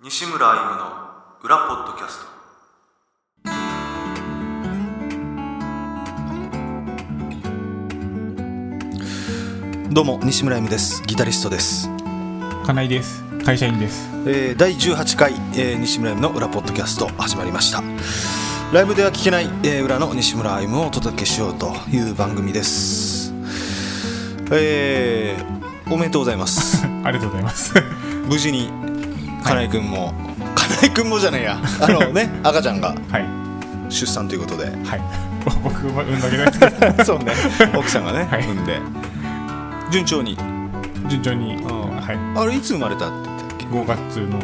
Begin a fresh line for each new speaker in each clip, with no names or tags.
西村歩夢の裏ポッドキャスト
どうも西村由美ですギタリストです、
金井です会社員です
えー第18回、えー西村由美の裏ポッドキャスト始まりましたライブでは聞けない、えー裏の西村歩夢をお届けしようという番組ですえーおめでとうございます
ありがとうございます
無事に金井くんも、金井くんもじゃねえやあのね赤ちゃんが
はい
出産というこ とで
はい僕は運だけなんですけど
そうね奥さんがね、
はい
産んで順調に
順 調に
ん
はい
あれいつ生まれたって言ったっけ
5月の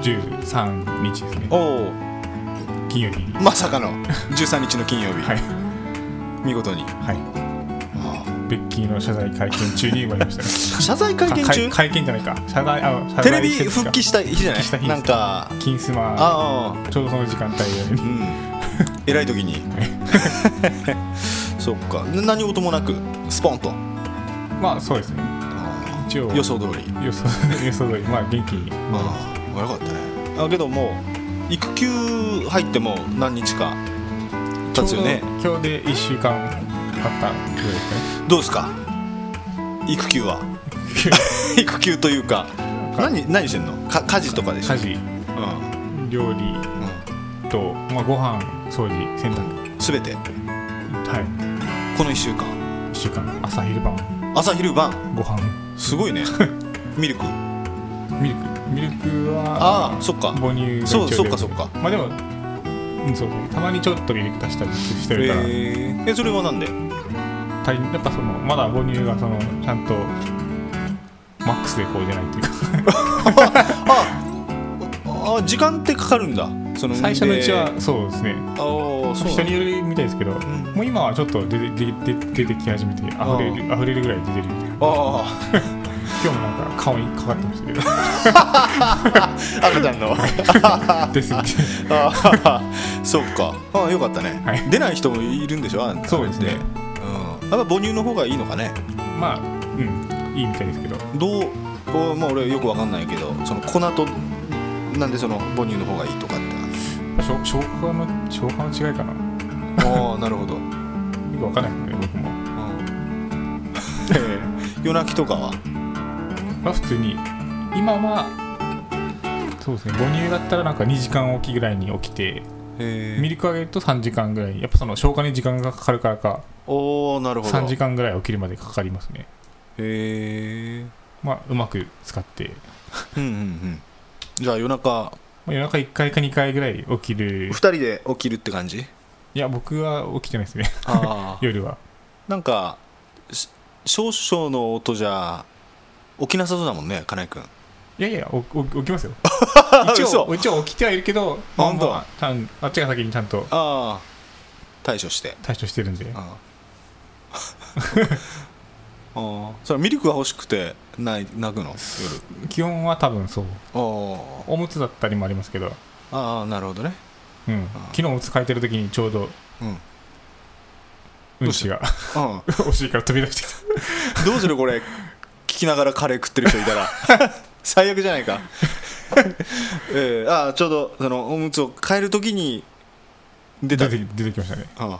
13日ですね
おお
金曜日に
まさか の13日の金曜日、
はい
見事に
はいベッキーの謝罪会見中に生まれましたね
謝罪 会見中
か会会見じゃないか謝罪あ謝罪
テレビ
施設か
復帰した日じゃな
復帰した
い
日
なんか
金スマ
ああ
ちょうどその時間帯
う
で
ん偉い時に そっかな何事もなくスポンと
まあそうですね一応
予想通り
予想 予想通りまあ元気に
ああよかったねあけどもう育休入っても何日か経つよね
ちょうど今日で1週間経ったぐらいですかね
どうですか育休は 育休というか何何してんのか家事とかでしょ
家、事
うん
料理と、まあ、ご飯掃除洗濯
うん、全て
はい
この1週間
1週間朝昼晩
朝昼晩
ご飯
すごいね ミルク
ミルクミルクは
ああそっか
母乳が
そう
一応
そうか
出る
そうか
まあでもうんそうそうたまにちょっとミルク足したりしてるから、
えー、えそれはなんで
足りやっぱそのまだ母乳がそのちゃんとマックスでこう出ないっていうか
ああ時間ってかかるんだその
最初のうち
あ
はそうですね
あーそう
人によるみたいですけど、もう今はちょっと出て出て出てき始めて溢れる溢れるぐらい出てるみたいな
あ
今日もなんか顔にかかってましたけど
あ赤ちゃんの
出過ぎて
ああそうかああよかったね、
はい
出ない人もいるんでしょあんた
そうですね
うん、やっぱ母乳の方がいいのかね
まあうんいいみたいですけど
どうこうまあ俺よくわかんないけどその粉となんでその母乳の方がいいと かって
消消化の消化の違いかなよ
ああなるほど、うん
くわかんないので僕も、
夜泣きとかは
まあ、普通に今はそうですね母乳だったらなんか2時間おきぐらいに起きて
へ
ミルクあげると3時間ぐらいやっぱその消化に時間がかかるからか
おおなるほど
3時間ぐらい起きるまでかかりますね
へえ
まあうまく使って、
うんうんうんじゃあ夜中
まあ、夜中1回か2回ぐらい起きる
二人で起きるって感じ
いや僕は起きてない ですね
あ
夜は
なんかし少々の音じゃ起きなさそうだもんね金井君
いやいやおお起 きますよ一
嘘
応一応起きてはいるけど
あ本当
まあちゃんあっちが先にちゃんと
ああ対処して
対処してるんで
ああ ああそれミルクが欲しくてない泣くの夜
基本は多分そう
あ
おむつだったりもありますけど、
あああなるほどね
うん、昨日おむつ変えてる時にちょうど
うん、うん、
うんちが お尻から飛び出してきた
どうするこれ聞きながらカレー食ってる人いた ら最悪じゃないかええああちょうどそのおむつを変えるときに出た
出て出てきましたね
あ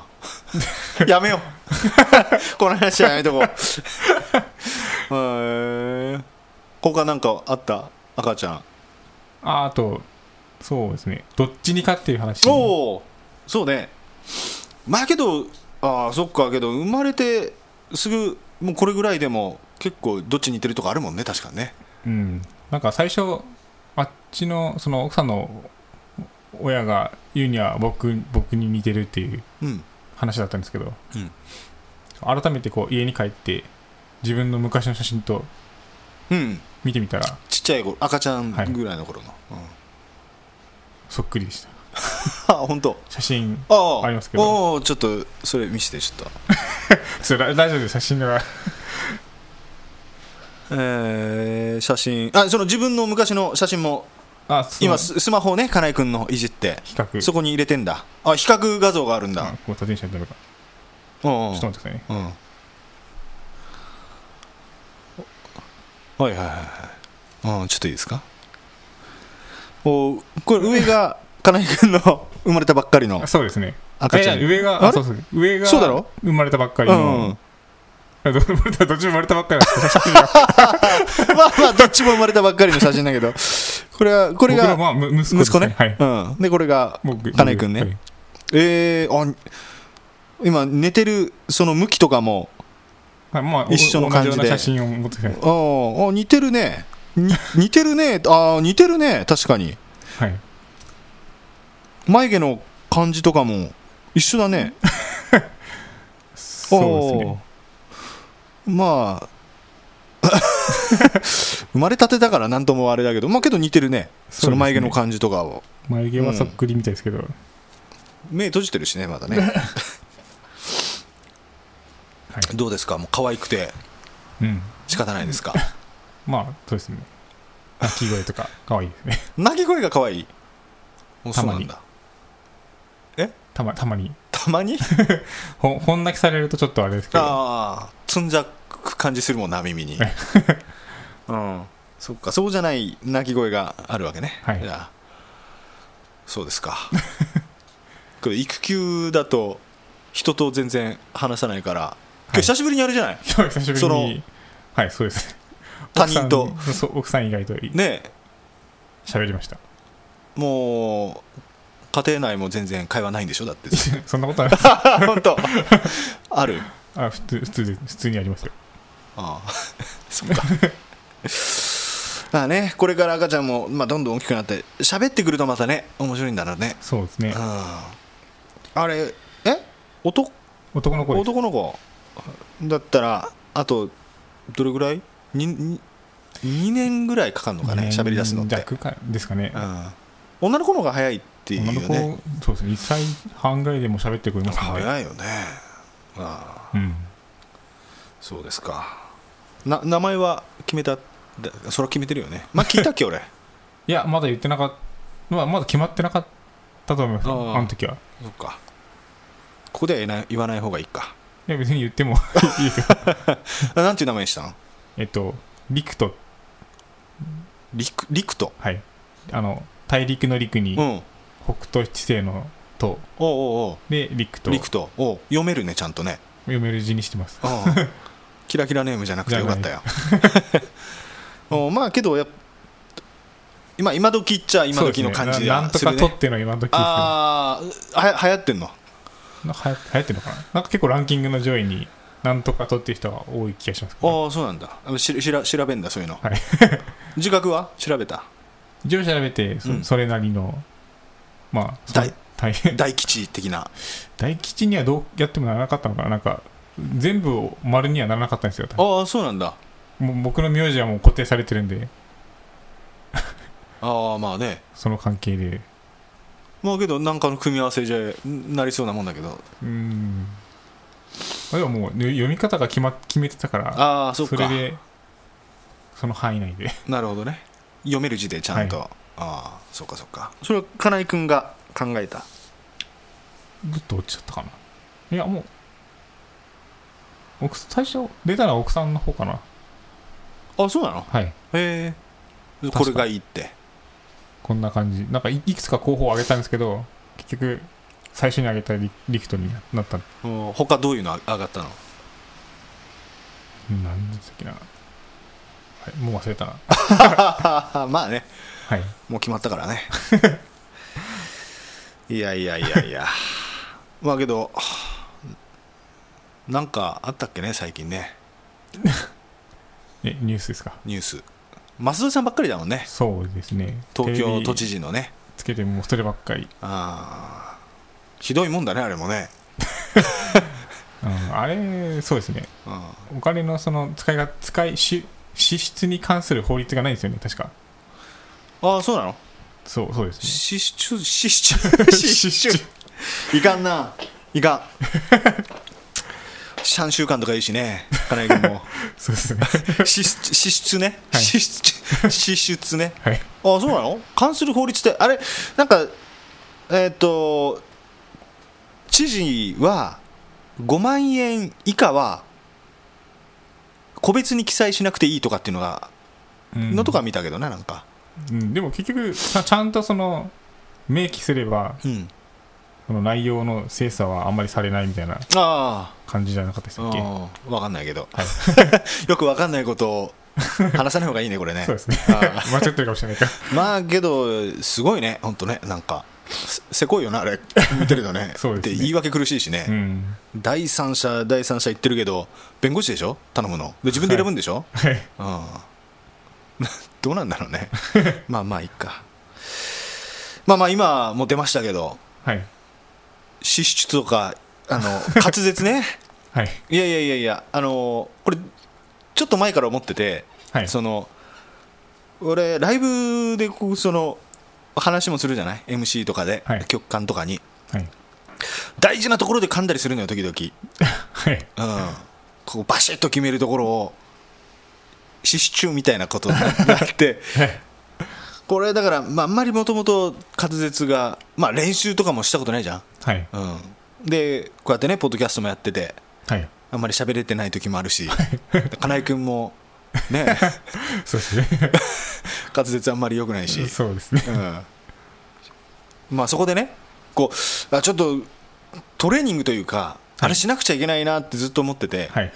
あ やめよ うこの話はやめとこう へえ他なんかあった赤ちゃん
ああとそうですねどっちにかっていう話
おおそうねまあけどああそっかけど生まれてすぐもうこれぐらいでも結構どっちに似てるとかあるもんね確かにね
うんなんか最初あっちのその奥さんの親が言うには僕僕に似てるっていう
うん
話だったんですけど、
うん
改めてこう家に帰って自分の昔の写真と
うん
見てみたら
ちっちゃい頃赤ちゃんぐらいの頃の、うん
そっくりでし
あ
た
本当
写真
あ
ありますけど
おおちょっとそれ見せてちょっと
それララジオで写真が
えー、写真あその自分の昔の写真も
あその
今ススマホをね金井君のいじって
比較
そこに入れてんだあ比較画像があるん
あ
だ
こう縦にしないとダメか
うんうん
ちょっと待ってくださいね
うんはいはいはいはいうんちょっといいですかおこれ上が金井君の生まれたばっかりの
そうですね。
赤ちゃん
いやいや上
あ
が、
れ
そうそう上が
そうだろ
生まれたばっかり
う
の。
ん
あ ど生まれたどっちも生まれたばっかりなんですけど
まあまあどっちも生まれたばっかりの写真だけどこれは これ
僕ら
が
はむ息子で
息
す
子ね
はい。
うん、でこれが
僕
金井君ね
はい
えー、あ今寝てるその向きとかも
はいまあ、
一緒の感じで
同ような写真を持ってきて
あーあ似てるねに 似てるねあー似てるね確かに
はい。
眉毛の感じとかも一緒だ ね
そうですね。
おーまあ 生まれたてだから何ともあれだけどまあけど似てるねそ
そうですね
の眉毛の感じとかを
眉毛はそっくりみたいですけど、
目閉じてるしねまだね
はい
どうですかもう可愛くて
うん、
仕方ないですか
まあそうですね鳴き声とか可愛いですね
鳴き声が可愛いお
たまに
そうなんだ
たまたまに
たまに
ほ本泣きされるとちょっとあれですけど
ああ積んじゃく感じするもんな耳に うんそっかそうじゃない鳴き声があるわけね、
はい
じゃあそうです かこれ育休だと人と全然話さないから今日久しぶりにあれじゃない、
今 日久しぶ
そ
り
の
にはいそうです
他人と
奥さんそう奥さん以外とい
ねえ
喋りました
もう家庭内も全然会話ないんでしょだって
そんなことあります
本当ある
あ普通普通で普通にありますよ
あ あそっかまあねこれから赤ちゃんも、まあ、どんどん大きくなって喋ってくるとまたね面白いんだろうね
そうですね
うんあれえ男
男の子です
男の子だったらあとどれぐらい 2, 2年ぐらいかかるのかね喋り出すのって、
弱かですかね
うん、女の子の方が早いっていう
女の
よ
子
ね
そうですね1歳半ぐらいでもう喋ってくれますので、
早いよねああ
うん、
そうですかな名前は決めただそれは決めてるよねまあ聞いたっけ俺
いやまだ言ってなかったまあまだ決まってなかったと思います
あ
あ
ー
の時は
そっかここでは言えない言わない方がいいか
いや別に言っ てもいいですよ
あなんていう名前にしたん
えっと陸と
リクリクト
はいあの大陸の陸に、
うんおう
北斗七星のと
おうお
で陸
う
と
リクトおう読めるねちゃんとね
読める字にしてます
うんキラキラネームじゃなくてよかったよ おうまあけどやっ今今時っちゃ今
そうで
時
すね
の感じ
な
が
なんと
する
か
ね
とってのは今の時ですけどな
ああはや流行ってんの
んか流行流行ってるのかななんか結構ランキングの上位になんとかとっていう人が多い気がしますけど
ああそうなんだししら調べんだそういうの
はい
自覚は調べた
一応調べてそ,、
うん
れなりのまあそ
大
大 変
大吉的な
大吉にはどうやってもならなかったのかななんか全部を丸にはならなかったんですよ多分
ああそうなんだ
もう僕の名字はもう固定されてるんで
ああまあね
その関係で
まあけどなんかの組み合わせじゃんなりそうなもんだけど
うーんまあでももうね読み方が決,、ま、決めてたから
ああそっか
れでその範囲内で
なるほどね読める字でちゃんと、
は
ああそっかそっかそれは金井君が考えた
ぶっと落ちちゃったかないやもう奥最初出たのは奥さんの方かな
あそうなの
はい
へえ
か
これがいいって
こんな感じなんかいいくつか候補を挙げたんですけど結局最初に挙げたリリクトになった
うん他どういうの上がったの
なんでしたっけな、はい、もう忘れたな
まあね
はい
もう決まったからねいやいやいやいやまあけどなんかあったっけね最近ね
えニュースですか
ニュース増田さんばっかりだもんね
そうですね
東京都知
事
事のね
つけてもうそればっかり
あーひどいもんだねあれもね、
うんあれそうですね
うん、
お金のその使いが使いし支出に関する法律がないんですよね確か
ああそうなの
そうそうです
支出支出
ね支出
いかんないかん3週間とかいいしね金井君 も
そうですね
支出支出ね、
はい
支出支出ね
はい
あそうなの関する法律ってあれなんかえっ、と知事は5万円以下は個別に記載しなくていいとかっていうのが
うん
のとか見たけどななんか
うん、でも結局ちゃちゃんとその明記すれば
うん
その内容の精査はあんまりされないみたいな
あ
感じじゃなかったでし
あ
たっけ
うんわかんないけど、
は
よくわかんないことを話さない方がいいねこれね
そうです ね
あ
間違ってるかもしれないから
あまあけどすごいね本当ねなんかせせこいよなあれ見てるとね
そうですね
で言い訳苦しいしね、
うん
第三者第三者言ってるけど弁護士でしょ頼むので自分で選ぶんでしょ、
はい
うん どうなんだろうね まあまあいいかまあまあ今も出ましたけど
はい
支出とか あの滑舌ね
はい
いやいやいやいやあのこれちょっと前から思ってて、
はい
その俺ライブでこうその話もするじゃない MC とかで、
はい
曲間とかに
はい
大事なところで噛んだりするのよ時々
はい
うん、こうバシッと決めるところをシシチューみたいなことにななってこれだから、まあ、あんまりもともと滑舌が、まあ、練習とかもしたことないじゃん、
はい
うん、でこうやってねポッドキャストもやってて
はい
あんまり喋れてない時もあるし金井君もね
そうですね
滑舌あんまり良くないし、
そうですね
うん、まあそこでねこうあちょっとトレーニングというかあれしなくちゃいけないなってずっと思ってて、
はい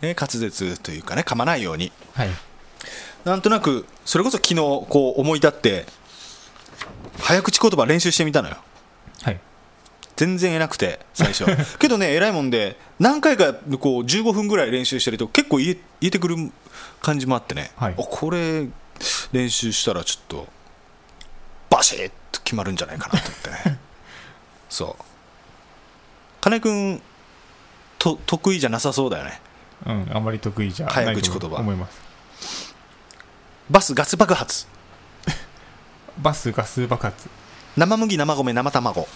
ね、滑舌というかね噛まないように
はい
なんとなくそれこそ昨日こう思い立って早口言葉練習してみたのよ
はい
全然偉くて最 初けどね偉いもんで何回かこう15分ぐらい練習してると結構言え言えてくる感じもあってね、
はい
あこれ練習したらちょっとバシッと決まるんじゃないかなと思って ねそう金井君と得意じゃなさそうだよね
うんあんまり得意じゃない
早口
と
言葉
思います
バスガス爆発
バスガス爆発
生麦生米生卵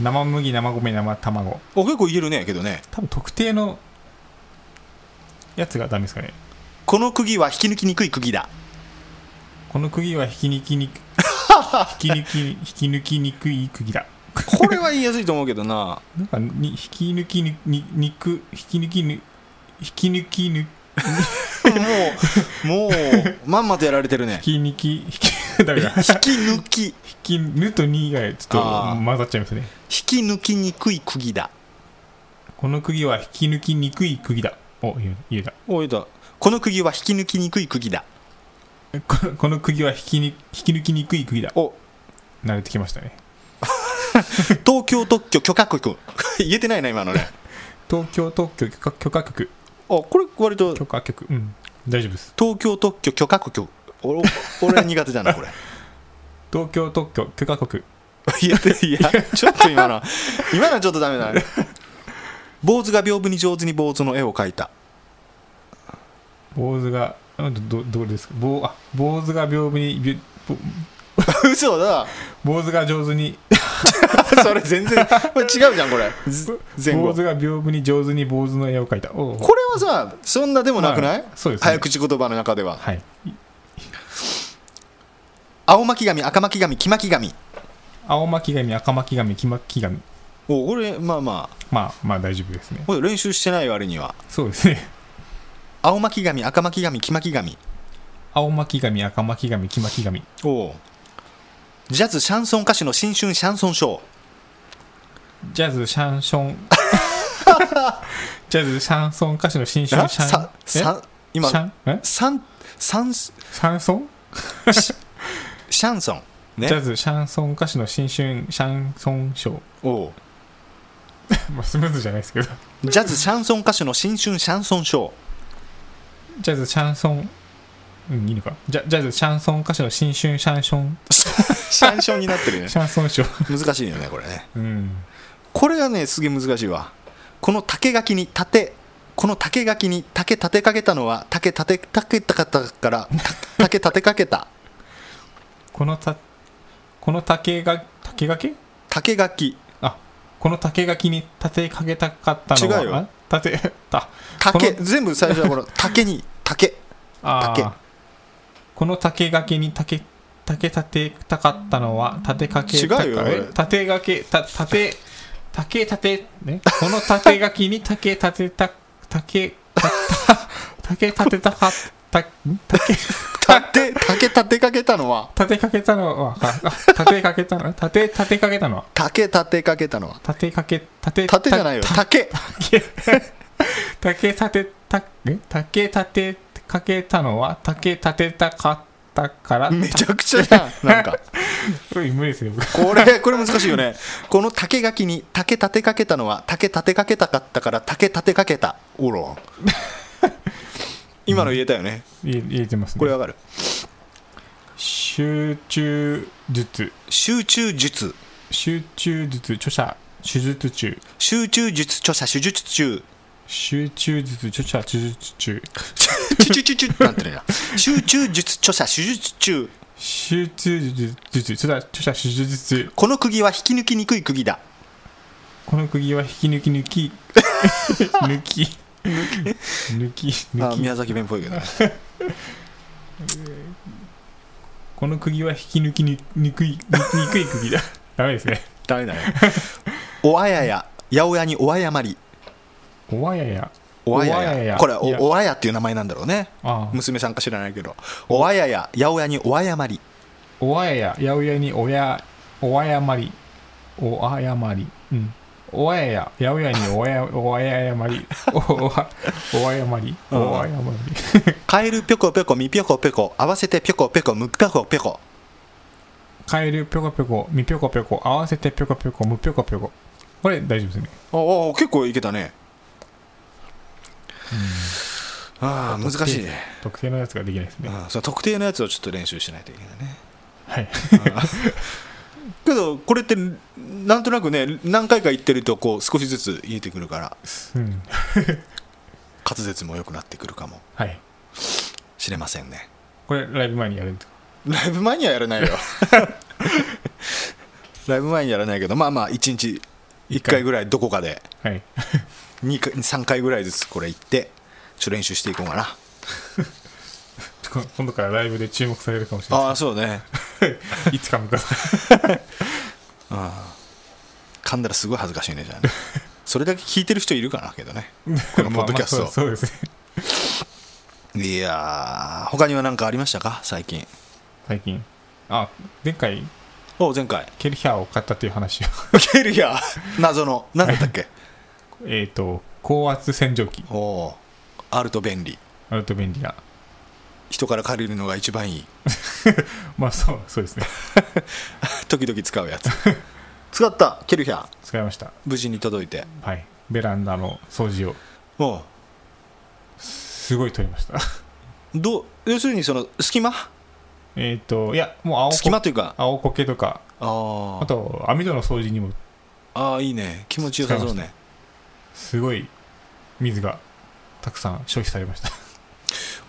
生麦生米生卵
お結構言えるねけどね
多分特定のやつがダメですかね
この釘は引き抜きにくい釘だ
この釘は引き抜 きにく引き抜き引き抜きにくい釘だ
これは言いやすいと思うけど な
なんかに引き抜きにに肉引き抜きぬ引き抜きぬ
もうもうまんまとやられてるね
引き抜き 引きダメ
引
だ
き抜き引
引きぬとにがちょっと
あー
混ざっちゃいますね
き抜きにくい釘だ
この釘は引き抜きにくい釘だお言え言えた
おいだこの釘は引き抜きにくい釘だ
このこの釘は引きに引き抜きにくい釘だ
お
慣れてきましたね
東京特許許可局 言えてないな今のね
東京特許許可許可局
あこれ割と
許可局うん大丈夫です
東京特許許可局俺俺は苦手だなこれ
東京特許許可局
言え ていやちょっと今 の今のはちょっとダメだね坊主が屏風に上手に坊主の絵を描いた
坊主があどどどれですか坊あ坊主が屏風にびぼ
嘘だ
坊主が上手に
それ全然これ違うじゃんこれず前後
坊主が屏風に上手に坊主の絵を描いたおう
これはさそんなでもなくない、
まあそうですね
早口言葉の中では
はい
青巻紙赤巻紙黄巻紙
青巻紙赤巻紙黄巻紙
おこれまあまあ
まあまあ大丈夫ですね
これ練習してない割には
そうですね
青巻紙赤巻紙黄巻紙
青巻紙赤巻紙黄巻紙
おおジャズシャンソン歌手の新春シャンソンショー
ジャズシャンショ ンジャズシャンソン歌手の新春
あ
シャン
さ
え
さ今
シャンえ
サンサンシ
シャンソン
ャンソンね
ジャズシャンソン歌手の新春シャンソンショー
おお
まあスムーズじゃないですけど
ジャズシャンソン歌手の新春シャンソンショー
ジャズシャンソン、うん、いいのか。ジャジャズシャンソン歌手の新春シャンソン、
シャンションになってるね
シャンソン賞。
難しいよねこれね
うん。
これがねすげえ難しいわこの竹垣に竹この竹垣に竹立てかけたのは竹立てかけた からた竹立てかけた
このた、この竹が、竹がけ
竹垣
あ、この竹がきに立てかけたかったのは、
違うよ
あ立て、 た、
竹
この
全部最初はこの竹に竹
あ
竹
ーこの竹がけに竹、竹立てたかったのは、立てかけたか
違うよ
え
これ
竹がけ、た、立て、竹立て、ね。この竹がきに竹立てた、竹、たた竹立てたかった、ん竹、
立てかけ立てかけたのは
立てかけたのは、ああ立てかけたの、立て、立てかけたのは、
竹立てかけたのは
立てかけ、立て、
竹じゃないよ竹
竹、竹立て、た、え竹立てかけたのは、竹立てたかったから、
めちゃくちゃじゃんなんか
たうん無理ですよ。
これこれ難しいよねこの竹垣に竹立てかけたのは竹立てかけたかったから竹立てかけたおろ 今の言えたよね
言え言えてますね。
これわかる
集中術、
集中術
集中術、著者、手術中、
集中術著者手術中
集中術、著者、手術中、
チュチュチュチュなんてね集中術著者手術中
集中術、著者、著者、手術中、
この釘は引き抜きにくい釘だ
この釘は引き抜き抜き抜き抜き抜
あ
き
宮崎弁っぽいけどね
この釘は引き抜きににくい抜きにくい釘だダメですね
ダメだねおあやや八百屋にお誤り
おわやや
おあや
おあ
や
やや
これお
いや
おあやっていう名前なんだろうね
ああ
娘さんか知らないけどおあやや八百屋にお誤り
おわやや八百屋におやおあやまりおあやまりうんおあやや八百屋におやおあややまりおあおあやまり
うん
おあやまり
カエルぴょこぴょこみぴょこぴょこ合わせてぴょこぴょこむぴょこぴょこ
カエルぴょこぴょこみぴょこぴょこ合わせてぴょこぴょこむぴょこぴょここれ大丈夫ですね
ああ結構いけたねああ難しいね
特定のやつができないですね
ああその特定のやつをちょっと練習しないといけないね
はい
けどこれってなんとなくね何回か言ってるとこう少しずつ言えてくるから
うん
滑舌も良くなってくるかも
はい
しれませんね
これライブ前にやるんですか
ライブ前にはやら ないよライブ前にやらないけどまあまあ1日1回ぐらいどこかで
はい
2回3回ぐらいずつこれ行ってちょっと練習していこうかな
こ今度からライブで注目されるかもしれな
ああそうね
いいつか向か
噛んだらすごい恥ずかしいねじゃあ ねそれだけ聞いてる人いるかなけど ねこのポッドキャスト、
まあまあそうそうですね
いやー他には何かありましたか最近
最近あ前回
お前 回
ケルヒャーを買ったという話を
ケルヤー謎の何だったっ け
えっと高圧洗浄機
おおあると便利
あると便利な
人から借りるのが一番いい
まあそうそうですね
時々使う やつ使ったケルヒャー
使いました
無事に届いて
はいベランダの掃除を
おう
すごい取りました
どう要するにその隙間
えっといやもう青こ
隙間というか
青コケとか
あ
あ
ー
と網戸の掃除にも
あーいいね気持ちよさそうね
すごい水がたくさん消費されました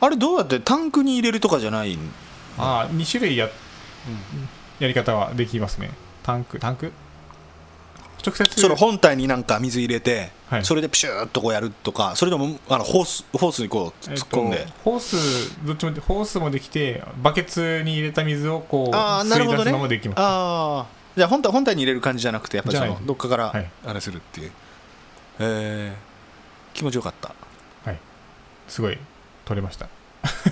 あれどうやってタンクに入れるとかじゃない
ああ2種類ややり方はできますねタンクタンク直接
その本体になんか水入れて、
はい
それでプシューっとこうやるとかそれともあのホースホースにこう突っ込んで、
えっと、ホースどっちもでホースもできてバケツに入れた水をこう
ああな
吸
る
い
ほ
出
ど
す
ね
のもできます
ああじゃあ本体本体に入れる感じじゃなくてやっぱりそ
じゃな
の
い
どっかから
はい
あれするっていう、えー気持ちよかった
すごい取れました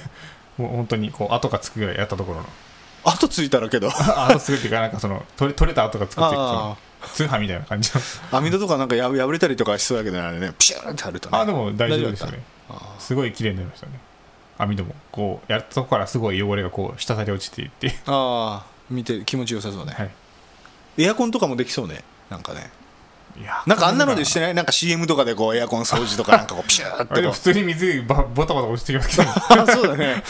もう本当にこう跡がつくぐらいやったと ころの
後ついたら けどあ
あ跡つくっていうかなんかその取れ取れた跡がつくってい
あ
うかその通販みたいな感じの
網戸とかなんかや破れたりとかしそうだけどねあれねプシューって貼るとね
ああでも大丈夫ですよ
大
ね
だったあ
すごい綺麗になりましたね網戸もこうやったとこからすごい汚れがこう滴り落ちていって
あー見て気持ちよさそうね、
はい
エアコンとかもできそうねなんかね
いや
なんかあんなのでしてないなんか CM とかでこうエアコン掃除とかなん かこうピシューって
あれで
こ
も
う
普通に水バボタボタ落ちてきますけど
あそうだね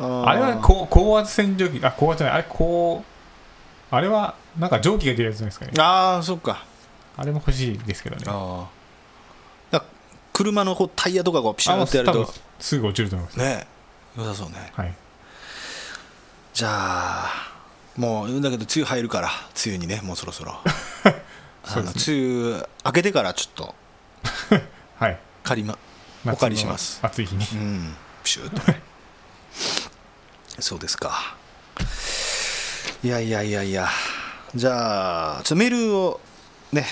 あ
あれは
こ
こう高圧洗浄機、あ、高圧じゃない、あれ、こう、あれはなんか蒸気が出るやつじゃないですかね。
ああそっか
あれも欲しいですけどね。
ああ車のこうタイヤとかこうピシュ
あ
ーってやる
多
と
分すぐ落ちると思います。
ね良さそうね
はい。
じゃあもうだけど梅雨入るから梅雨にねもうそろ そろあ
そう
の
で
梅雨明けてからちょっと
はい。
借りま
夏の
お借りします
暑い日に。
うんピシューっとねそうですかいやいやいやいやじゃあちょっとメールをね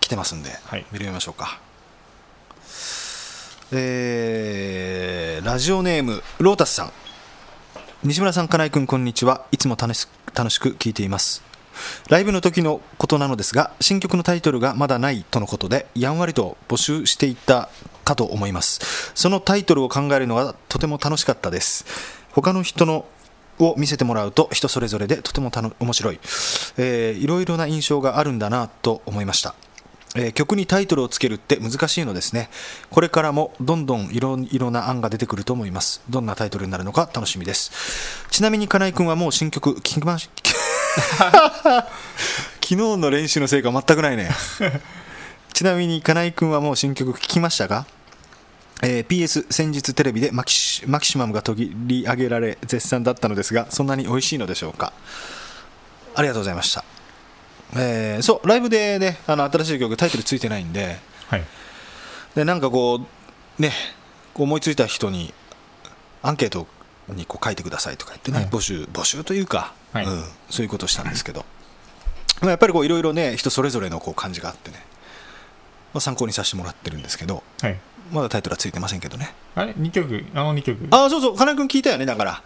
来てますんで、
は
メー
い
ル読みましょうかえーラジオネームロータスさん西村さん、金井君、こんにちは。いつも楽し楽しく聞いています。ライブの時のことなのですが、新曲のタイトルがまだないとのことで、やんわりと募集していったかと思います。そのタイトルを考えるのがとても楽しかったです。他の人のを見せてもらうと人それぞれでとても楽面白い、えーいろいろな印象があるんだなと思いました、えー曲にタイトルをつけるって難しいのですねこれからもどんどんいろいろな案が出てくると思いますどんなタイトルになるのか楽しみですちなみに金井君はもう新曲聞きまし 昨日の練習の成果全くないねちなみに金井君はもう新曲聞きましたかえー PS 先日テレビでマキシマキシマムが取り上げられ絶賛だったのですがそんなに美味しいのでしょうかありがとうございました、えーそうライブでねあの新しい曲タイトルついてないんで
はい
でなんかこうねこう思いついた人にアンケートにこう書いてくださいとか言ってね、
はい
募集募集というか、
はい
うん、そういうことをしたんですけど、まあ、やっぱりこういろいろね人それぞれのこう感じがあってね、まあ、参考にさせてもらってるんですけど
はい
まだタイトルはついてませんけどね
あれ2曲あの2曲
あそうそう金井君聞いたよねだから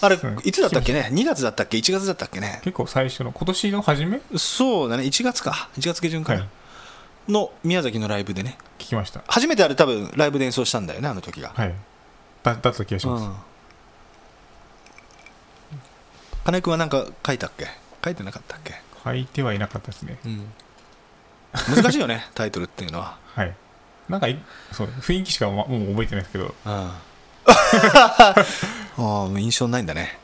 あれ
うん
いつだったっけね2月だったっけ1月だったっけね
結構最初の今年の初め
そうだね1月か1月下旬か
はい
らの宮崎のライブでね
聞きました
初めてあれ多分ライブで演奏したんだよねあの時が、
はいだだった気がし
う
ます
ん金井君は何か書いたっけ書いてなかったっけ、
書いてはいなかったですね
難しいよね タイトルっていうのは、
はいなんかいそう雰囲気しかまもう覚えてないですけど
うん、あ あ印象ないんだね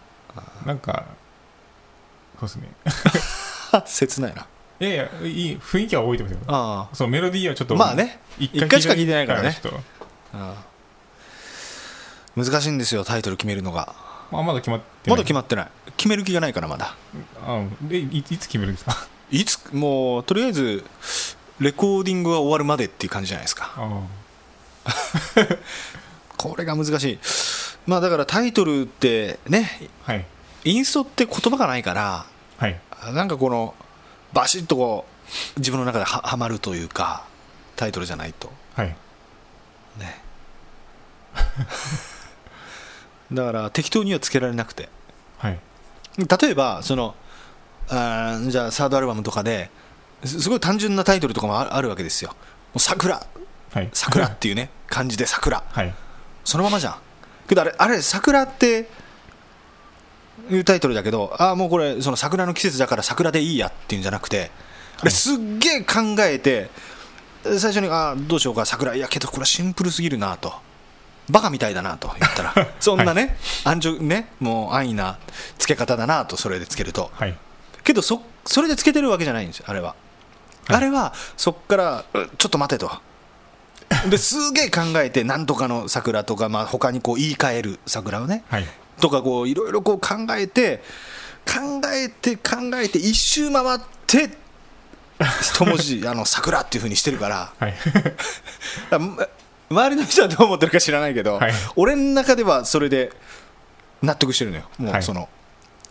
なんかそうですね
切ないない
やいやいい雰囲気は覚えてますよ
あ
そうメロディーはちょっと
まあね一回しか聞いてないからね
ちょっと
あ難しいんですよタイトル決めるのが
まあまだ決まってない
まだ決まってない決める気がないからまだ
あうんでいいつ決めるんで すか
いつもうとりあえずレコーディングが終わるまでっていう感じじゃないですか
あ
これが難しいまあだからタイトルってね
あはい
インストって言葉がないから
はい
なんかこのバシッとこう自分の中でははまるというかタイトルじゃないと
はい
ねだから適当にはつけられなくて
はい
例えばそのあーじゃあサードアルバムとかですすごい単純なタイトルとかもああるわけですよ「もう桜」
はい
「桜」っていうね感じで「桜
はい」
そのままじゃんけどあれあれ「桜」っていうタイトルだけどああもうこれその桜の季節だから桜でいいやっていうんじゃなくてあれすっげえ考えて最初に「ああどうしようか桜いやけどこれはシンプルすぎるな」と。バカみたいだなと言った らそんなね、安直ねもう安易な付け方だなとそれでつけると
はい
けどそそれでつけてるわけじゃないんですよあれは、
はい
あれはそっからうちょっと待てと ですげえ考えてなんとかの桜とか、まあ、他にこう言い換える桜をね
はい
とかこういろいろこう考えて考えて考えて一周回って一文 字あの桜っていう風にしてるから
はい
だま周りの人はどう思ってるか知らないけど、
はい
俺の中ではそれで納得してるのよも
は
う
い
その、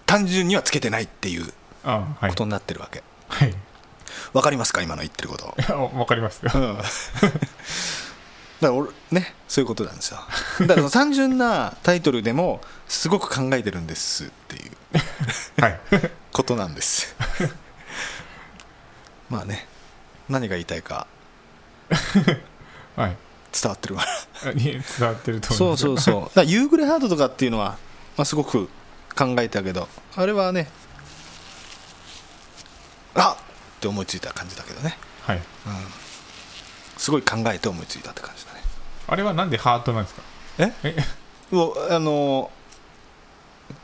単純にはつけてないっていう
ああはい
ことになってるわけ
はい
わかりますか今の言ってること、
あわかりますよ
うん だから俺ねそういうことなんですよだからその 単純なタイトルでもすごく考えてるんですっていう
はい
ことなんです まあね何が言いたいか
はい
伝わってるわ
あに伝わってると思い
そ
ま
う
す
そうそうだから夕暮れハートとかっていうのは、まあ、すごく考えたけどあれはねあっって思いついた感じだけどね
はい
すごい考えて思いついたって感じだね
あれはなんでハートなんですか
え
え
もうあのー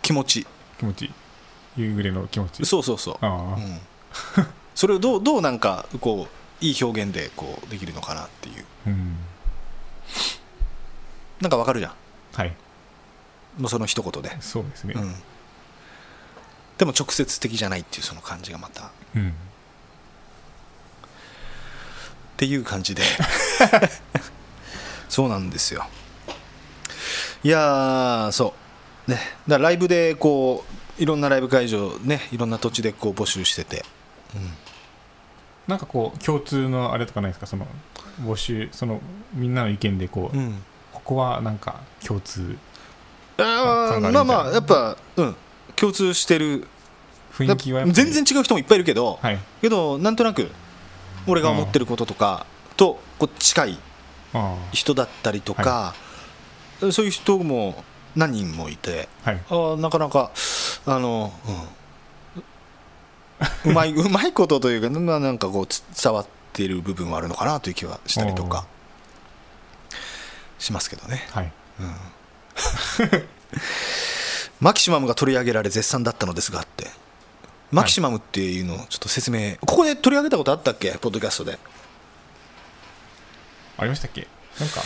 気持ち
気持ちいい夕暮れの気持ちいい
そうそうそう、
あ
う
あ
ん、 それをどうどうなんかこういい表現でこうできるのかなっていう
うん
なんかわかるじゃん
はい
もうその一言で、
そうですね
うん、でも直接的じゃないっていうその感じがまたっ
うん
ていう感 じでそうなんですよいやーそうねだからライブでこういろんなライブ会場ねいろんな土地でこう募集してて
なんかこう共通のあれとかないですかその募集そのみんなの意見でこう、
うん
ここはなんか共通
あ
考えるみた
ー
いな
まあまあやっぱうん共通してる
雰囲気はやっぱり
全然違う人もいっぱいいるけど、
はい
けどなんとなく俺が思ってることとかとこう近い
あ
人だったりとか、そういう人も何人もいて
あはい
あーなかなかあの、うん、うまい うまいことというか、まあ、なんかこうつ伝わっている部分はあるのかなという気はしたりとかしますけどね
はい
マキシマムが取り上げられ絶賛だったのですがってマキシマムっていうのをちょっと説明ここで取り上げたことあったっけポッドキャストで
ありましたっけなんか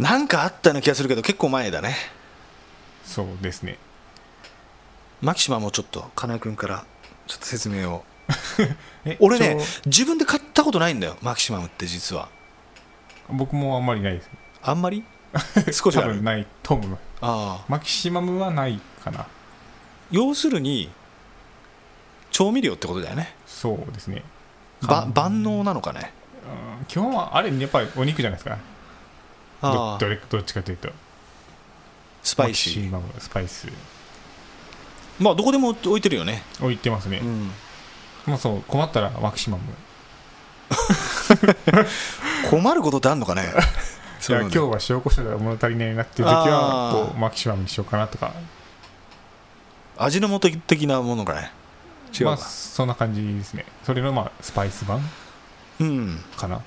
なんかあったような気がするけど結構前だね
そうですね
マキシマムをちょっと金井君からちょっと説明を
え
俺ね
ち
自分で買ったことないんだよマキシマムって実は
ょ僕もあんまりないです
あんま り少し
多
ある
分ないと思います
ああ
マキシマムはないかな
要するに調味料ってことだよね
そうですね
ば万能なのかね
うん基本はあれやっぱりお肉じゃないですかど
ああ
どれどっちかというと
スパイシ
マキシ
ー
マムスパイス
まあどこでも置いてるよね、
置いてますね、
ん、
もうそう困ったらマキシマム
困ることってあるのか ね
いや今日は塩コショウが物足りないなっていう時
あ
は
ー
こうマキシマムにしようかなとか
味の素的なものがね違う
ま
か、
あそんな感じですねそれのまあスパイス版
うん
かな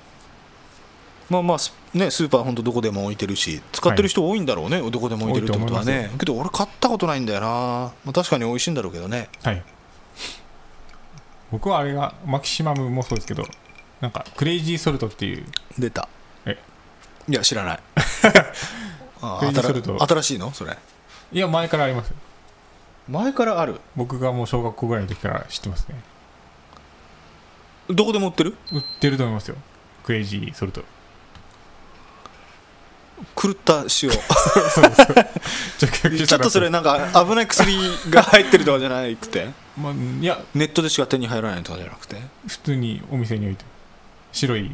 まあまあスねスーパー本当どこでも置いてるし使ってる人多いんだろうね、どこでも置いてるってことは
多いと思い
ねけど俺買ったことないんだよな、まあ、確かに美味しいんだろうけどね
はい僕はあれがマキシマムもそうですけどなんかクレイジーソルトっていう
出た
え
いや知 らないあ
クレイジーソル
新
ト
新しいのそれ
いや前からあります
前からある
僕がもう小学校ぐらいの時から知ってますね
どこでも売ってる
売ってると思いますよクレイジーソルト
狂った塩
そうです
ちょっとそれなんか危ない薬が入ってるとかじゃなく て
まあ、いや
ネットでしか手に入らないとかじゃなくて
普通にお店に置いて白い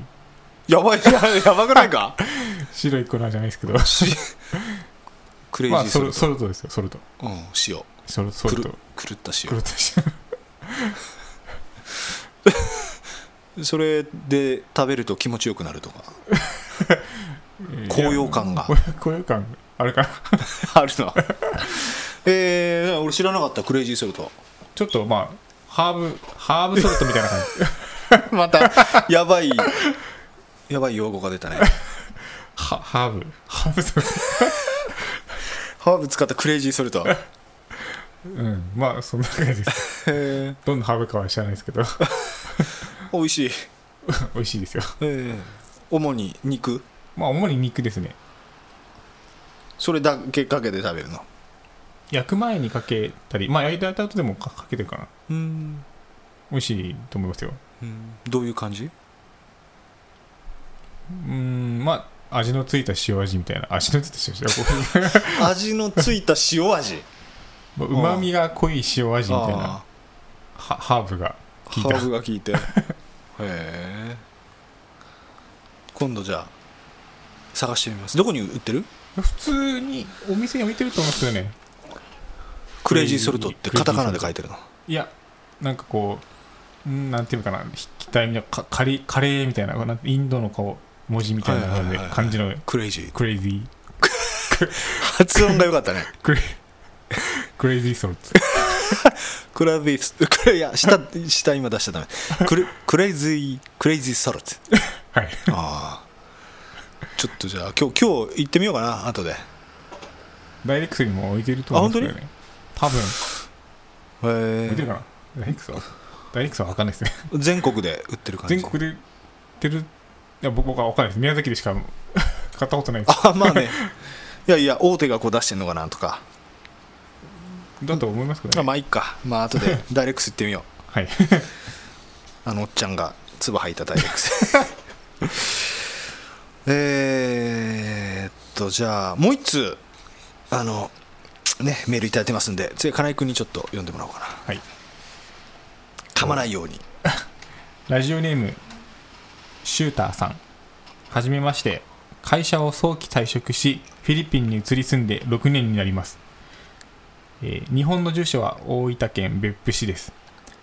や ばいややばくない か
白い粉じゃないです けど
クレイジ
ま
ー
あソ
ソ
ル
ル
ソ
ト、
ルトですよソルト
うん、塩
ソルソル
狂
ト
狂った
ク
塩
ロトシ
それで食べると気持ちよくなるとか高揚感が
いや高揚感あれかな
あるなえー、俺知らなかったクレイジーソルト
ちょっとまあハーブハーブソルトみたいな感じ
またやばいやばい用語が出たね
はハー ブハーブソルト
ハーブ使ったクレイジーソル ト
うんまあそんな感じです
えー、
どんなハーブかは知らないですけど
美味しい、
美味しいですよ
えー、主に肉
まあ主に肉ですね
それだけかけて食べるの
焼く前にかけたりまあ焼いた後でもかかけてるかな
うん
美味しいと思いますよ
どういう感じ
うんまあ味のついた塩味みたいな味のついた塩味
味のついた塩味
うまみが濃い塩味みたい
あ
なハハーブが
あ
効い
ハ
た
ーブが効 いてへえ今度じゃあ探してみますどこに売ってる
普通にお店に置いてると思うんですよね
クレイジーソルトって
クレイ
カ
ジー
タカナで書いてるの
いやなんかこううんなんていうのかな筆記体みたいなかカリカレーみたいななんかインドの顔文字みたいな
はいは
の
い
で
はいはい
漢字の
クレイジー
クレイジー
発音が良かったね
クレ クレイジーソルト
クラビスクレいや下下今出しちゃダメクレクレイジークレイジーソ ルト
はい
ああちょっとじゃあ今日今日行ってみようかな後でへ
ダイレックスにも置いてると思うんですよね多分置いてる
え
かなダイレックスはダイレックスは分かんないですね
全国で売ってる感じ
全国で売ってるいや僕僕は分かんないです宮崎でしか買ったことないです
あまあねいやいや大手がこう出してんのかなとか、
だと思いますけ
ま
ど
あ
ね
まあいいかまあ後でダイレックス行ってみよう
はい
あのおっちゃんが唾吐いたダイレックスえーっとじゃあもう一通あのねメールいただいてますんで次は金井君にちょっと読んでもらおうかな
はい
噛まないように
ラジオネームシューターさんはじめまして会社を早期退職しフィリピンに移り住んで6年になります、えー日本の住所は大分県別府市です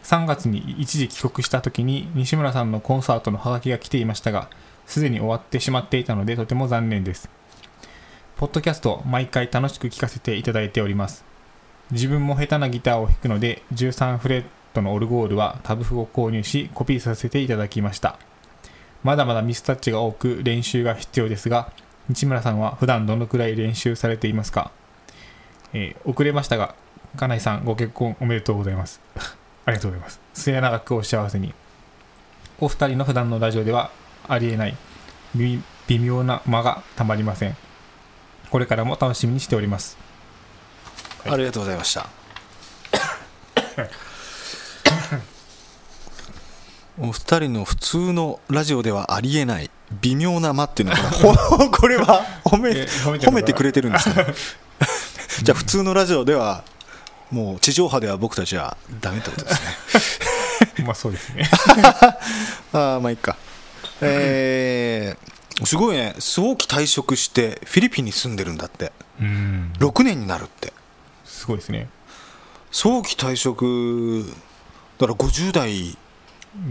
3月に一時帰国した時に西村さんのコンサートのハガキが来ていましたがすでに終わってしまっていたのでとても残念ですポッドキャスト毎回楽しく聞かせていただいております自分も下手なギターを弾くので13フレットのオルゴールはタブ譜を購入しコピーさせていただきましたまだまだミスタッチが多く練習が必要ですが西村さんは普段どのくらい練習されていますか、えー遅れましたが金井さんご結婚おめでとうございます ありがとうございます末永くお幸せにお二人の普段のラジオではありえない微微妙な間がたまりませんこれからも楽しみにしております
ありがとうございま した。お二人の普通のラジオではありえない微妙な間って いうのかなほこれは褒め
え褒めてる
褒めてくれてるんです ねじゃあ普通のラジオではもう地上波では僕たちはダメってことですね
まあそうですね
ああまあいいかえー、すごいね早期退職してフィリピンに住んでるんだって
うん
6年になるって
すごいですね
早期退職だから50代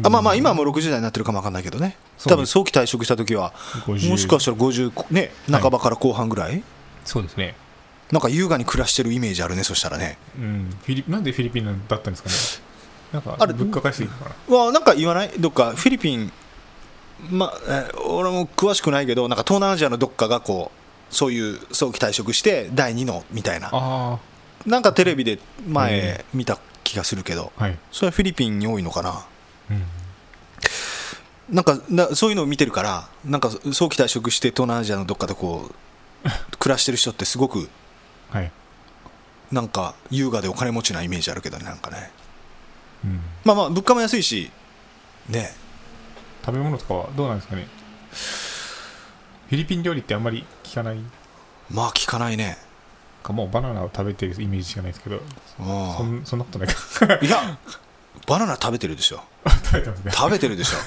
あまあまあ今はもう60代になってるかもわかんないけどね
そう
多分早期退職した時は
50
もしかしたら50こね
はい
半ばから後半ぐらい、
そうですね
なんか優雅に暮らしてるイメージあるねそしたらね
うん、フィリなんでフィリピンだったんですかね。なん
あ
か
れ
物価改正かな。
わあなんか言わないどっかフィリピンまあ、えー俺も詳しくないけどなんか東南アジアのどっかがこうそういう早期退職して第2のみたいな
あ
なんかテレビで前
へ
見た気がするけど
あ、はい。
それはフィリピンに多いのかな
うん、
なんかなそういうのを見てるからなんか早期退職して東南アジアのどっかでこ う暮らしてる人ってすごく
はい。
なんか優雅でお金持ちなイメージあるけどねなんかね
うん。
まあまあ物価も安いしね
食べ物とかはどうなんですかね。フィリピン料理ってあんまり聞かない
まあ聞かないね
かもうバナナを食べてるイメージしかないですけど、
うん
そんそんなことないか。
いやバナナ食べてるでしょ
食べてますね。
食べてるでしょ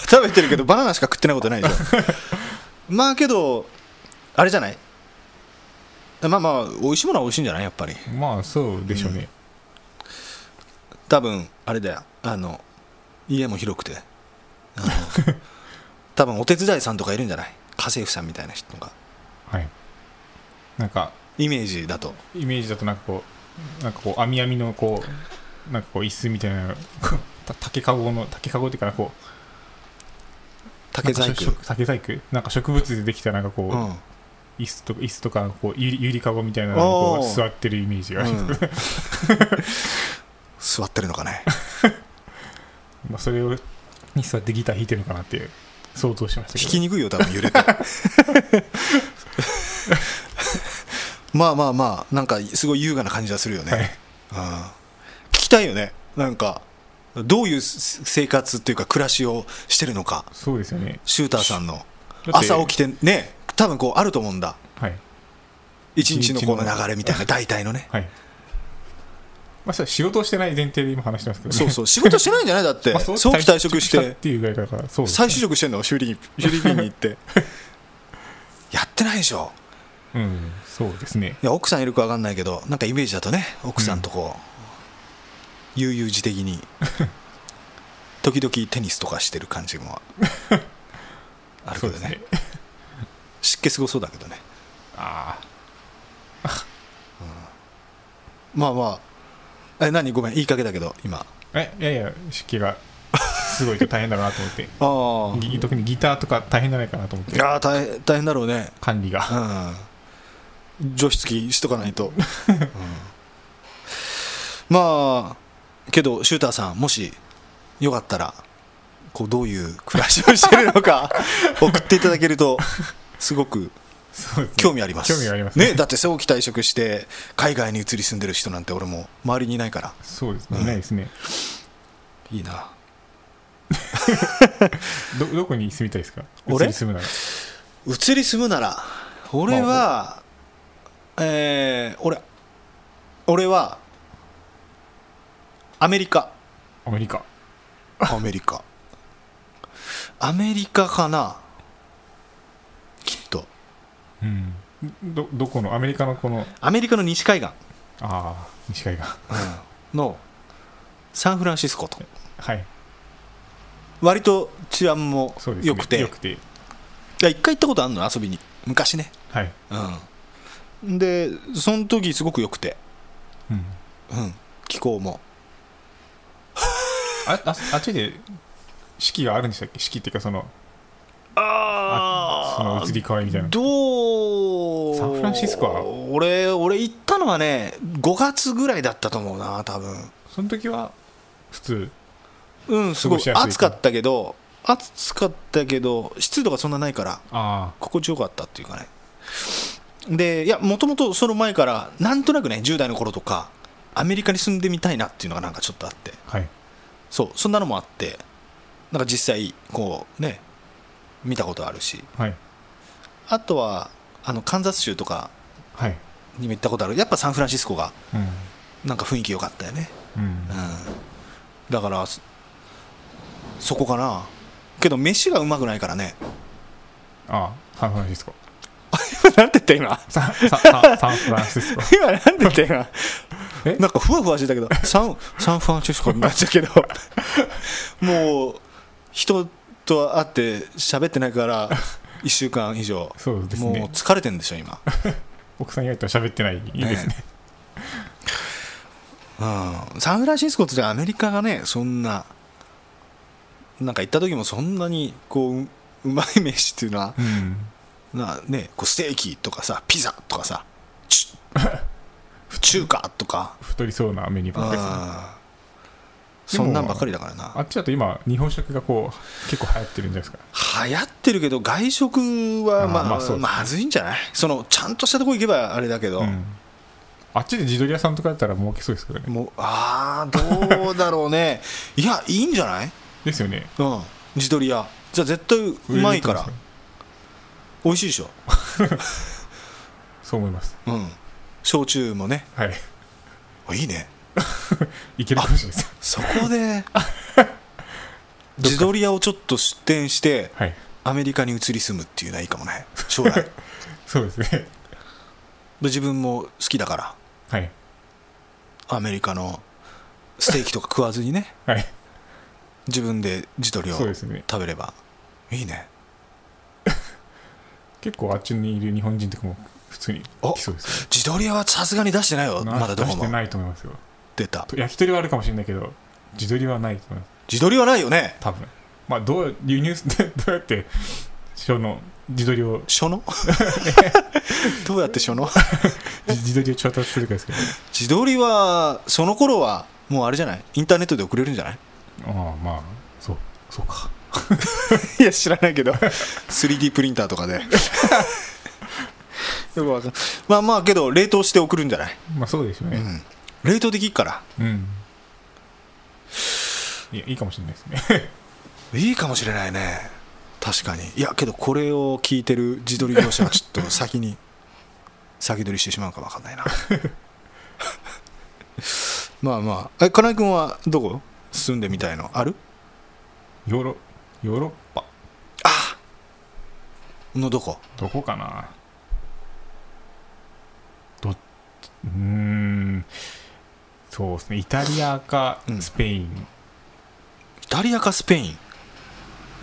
食べてるけどバナナしか食ってないことないでしょまあけどあれじゃないまあまあ美味しいものは美味しいんじゃないやっぱり
まあそうでしょうね。
多分あれだよあの家も広くてあの 多分お手伝いさんとかいるんじゃない家政婦さんみたいな人が
はい。なんか
イメージだと
イメージだとなんかこうなんかこう網網のこうなんかこう椅子みたいな のこうた竹かごの竹かごっていうかなこう
竹細
な
工
んかしょ竹細工なんか植物でできたなんかこう、
うん、
椅子とか椅子とかこうゆりゆりかごみたいなのにこ
おー
う座ってるイメージがあります、
うん座ってるのかね
まあそれをに座ってギター弾いてるのかなっていう想像しましたけ
弾
ど
きにくいよ多分揺れて まあまあまあなんかすごい優雅な感じはするよね、
はい
うん、聞きたいよねなんかどういうす生活っていうか暮らしをしてるのか
そうですよね
シューターさんの
だって
朝起きてね多分こうあると思うんだ
はい
一日のこの
一日の
流れみたいな大体のね
はいまあそれは仕事をしてない前提で今話してますけどね
そうそう仕事してないんじゃないだって
まあそう
早期退職し
退職
て
っていうぐらいだからそうです
再就職してんのフィリピンフィリピンに行って やってないでしょ
うんそうですね
いや奥さんいるか分かんないけどなんかイメージだとね奥さんとこう、悠々自適 に時々テニスとかしてる感じ もあるけ
そう
ど
で
ね
すね
湿気すごそうだけどね
あ
まあまあえ何ごめん言いかけだけど今あ
あえいやいや湿気がすごいと大変だろうなと 思って
あ
ぎ特にギターとか大変じゃないかなと思っ
い
て
やー大変大変だろうね
管理
う
が
ん除湿機しとかない と、うんまあけどシューターさんもしよかったらこうどういう暮らしをしてるの か送っていただけるとすごく
そうですね
興味あります
興味あります
ねだって早期退職して海外に移り住んでる人なんて俺も周りにいないから
そうです
う
ね
ん
いないですね
いいな
どどこに住みたいですか
俺
移り住むなら
移り住むなら俺は、えー俺俺はアメリカ
アメリカ
アメリカアメリカかなきっと
うんどどこのアメリカのこの
アメリカの西海岸
ああ西海岸
のサンフランシスコと
はい
割と治安も
そうですね
良くて
よくて
いや一回行ったことあるの遊びに昔ね
はい、
うんでその時すごく良くて、
うん、
うん、気候も
あああっちで式があるんでしたっけ式っていうかそのその移り変わりみたいな
どう
サンフランシスコは
俺俺行ったのはね5月ぐらいだったと思うな多分
その時は普通
うんすごい
過ごしやすい
暑かったけど暑かったけど湿度がそんなないから
あ
心地よかったっていうかねでいやもともとその前からなんとなくね10代の頃とかアメリカに住んでみたいなっていうのがなんかちょっとあって
あはい
そうそんなのもあってなんか実際こうね見たことあるし
はい
あとはあのカンザス州とか
はい
にも行ったことあるやっぱサンフランシスコが
う
なんか雰囲気良かったよね、
んうん
うん、だからそそこかなけど飯がうまくないからね
ああサンフランシスコ
なんて言った今
サンサンサンサンフランシスコ
今なんて言った今
え
なんかふわふわしてたけどサンサンフランシスコになっちゃうけ どもう人と会って喋ってないから1週間以上
そうです
もう
ね
疲れてるんでしょ今、
奥さん以外とは喋ってないい いですね
うん、サンフランシスコってアメリカがねそんななんか行った時もそんなにこうううまい飯っていうのは
うん
なねこうステーキとかさピザとかさチュ 中華とか
太りそうなメニューばっかりですね
あそんなんばっかりだから
あ
な
っちだと今日本食がこう結構流行ってるんじゃないですか
流行ってるけど外食はまあ
あーまあそうですね
まずいんじゃないそのちゃんとしたとこ行けばあれだけど、
うんあっちで地鶏屋さんとかだったら儲けそうですけどね
もうああどうだろうね いやいいんじゃない
ですよね
うん地鶏屋じゃあ絶対うまいから
売れると思うんで
美味しいでしょ、
すよそう思います
うん、焼酎もね
はい
あいいね
いけるかもしれないです
そこ で地鶏屋をちょっと出店して
はい
アメリカに移り住むっていうのはいいかもね将 来で
そうですね
自分も好きだから
はい
アメリカのステーキとか食わずにね
はい
自分で地鶏を
そうで
食
すね
べればいいね
結構あっちにいる日本人とかも普通に来そうですね
地鶏屋はさすがに出してないよまだど
出
こ
して
も
ないと思いますよ
出た
と焼き鳥はあるかもしれないけど地鶏はないと思います
地鶏はないよね
多分まあどう輸入して どうやってその地鶏を
書 のどうやって書の
地地鶏を調達するかですけどね
地鶏はその頃はもうあれじゃないインターネットで送れるんじゃない
ああまあそうそうか
いや知らないけど 3D プリンター とかでよくわかんまあまあけど冷凍して送るんじゃない、
まあそうでしょう
う
ね
ん、冷凍できるから
うん、いやいいかもしれないですね
いいかもしれないね確かにいやけどこれを聞いてる自撮り業者はちょっと先に 先取りしてしまうかわかんない なまあまあえ金井君はどこ住んでみたいのある
ヨーロヨーロッパ
あのどこ
どこかなどっうーんそうですねイタリアか
うん
スペイン、
イタリアかスペインへ